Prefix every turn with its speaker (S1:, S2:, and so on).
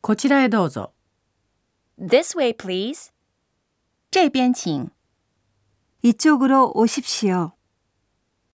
S1: こちらへどうぞ。
S2: This way, please.
S3: 这边请。
S4: 이쪽으로 오십시오.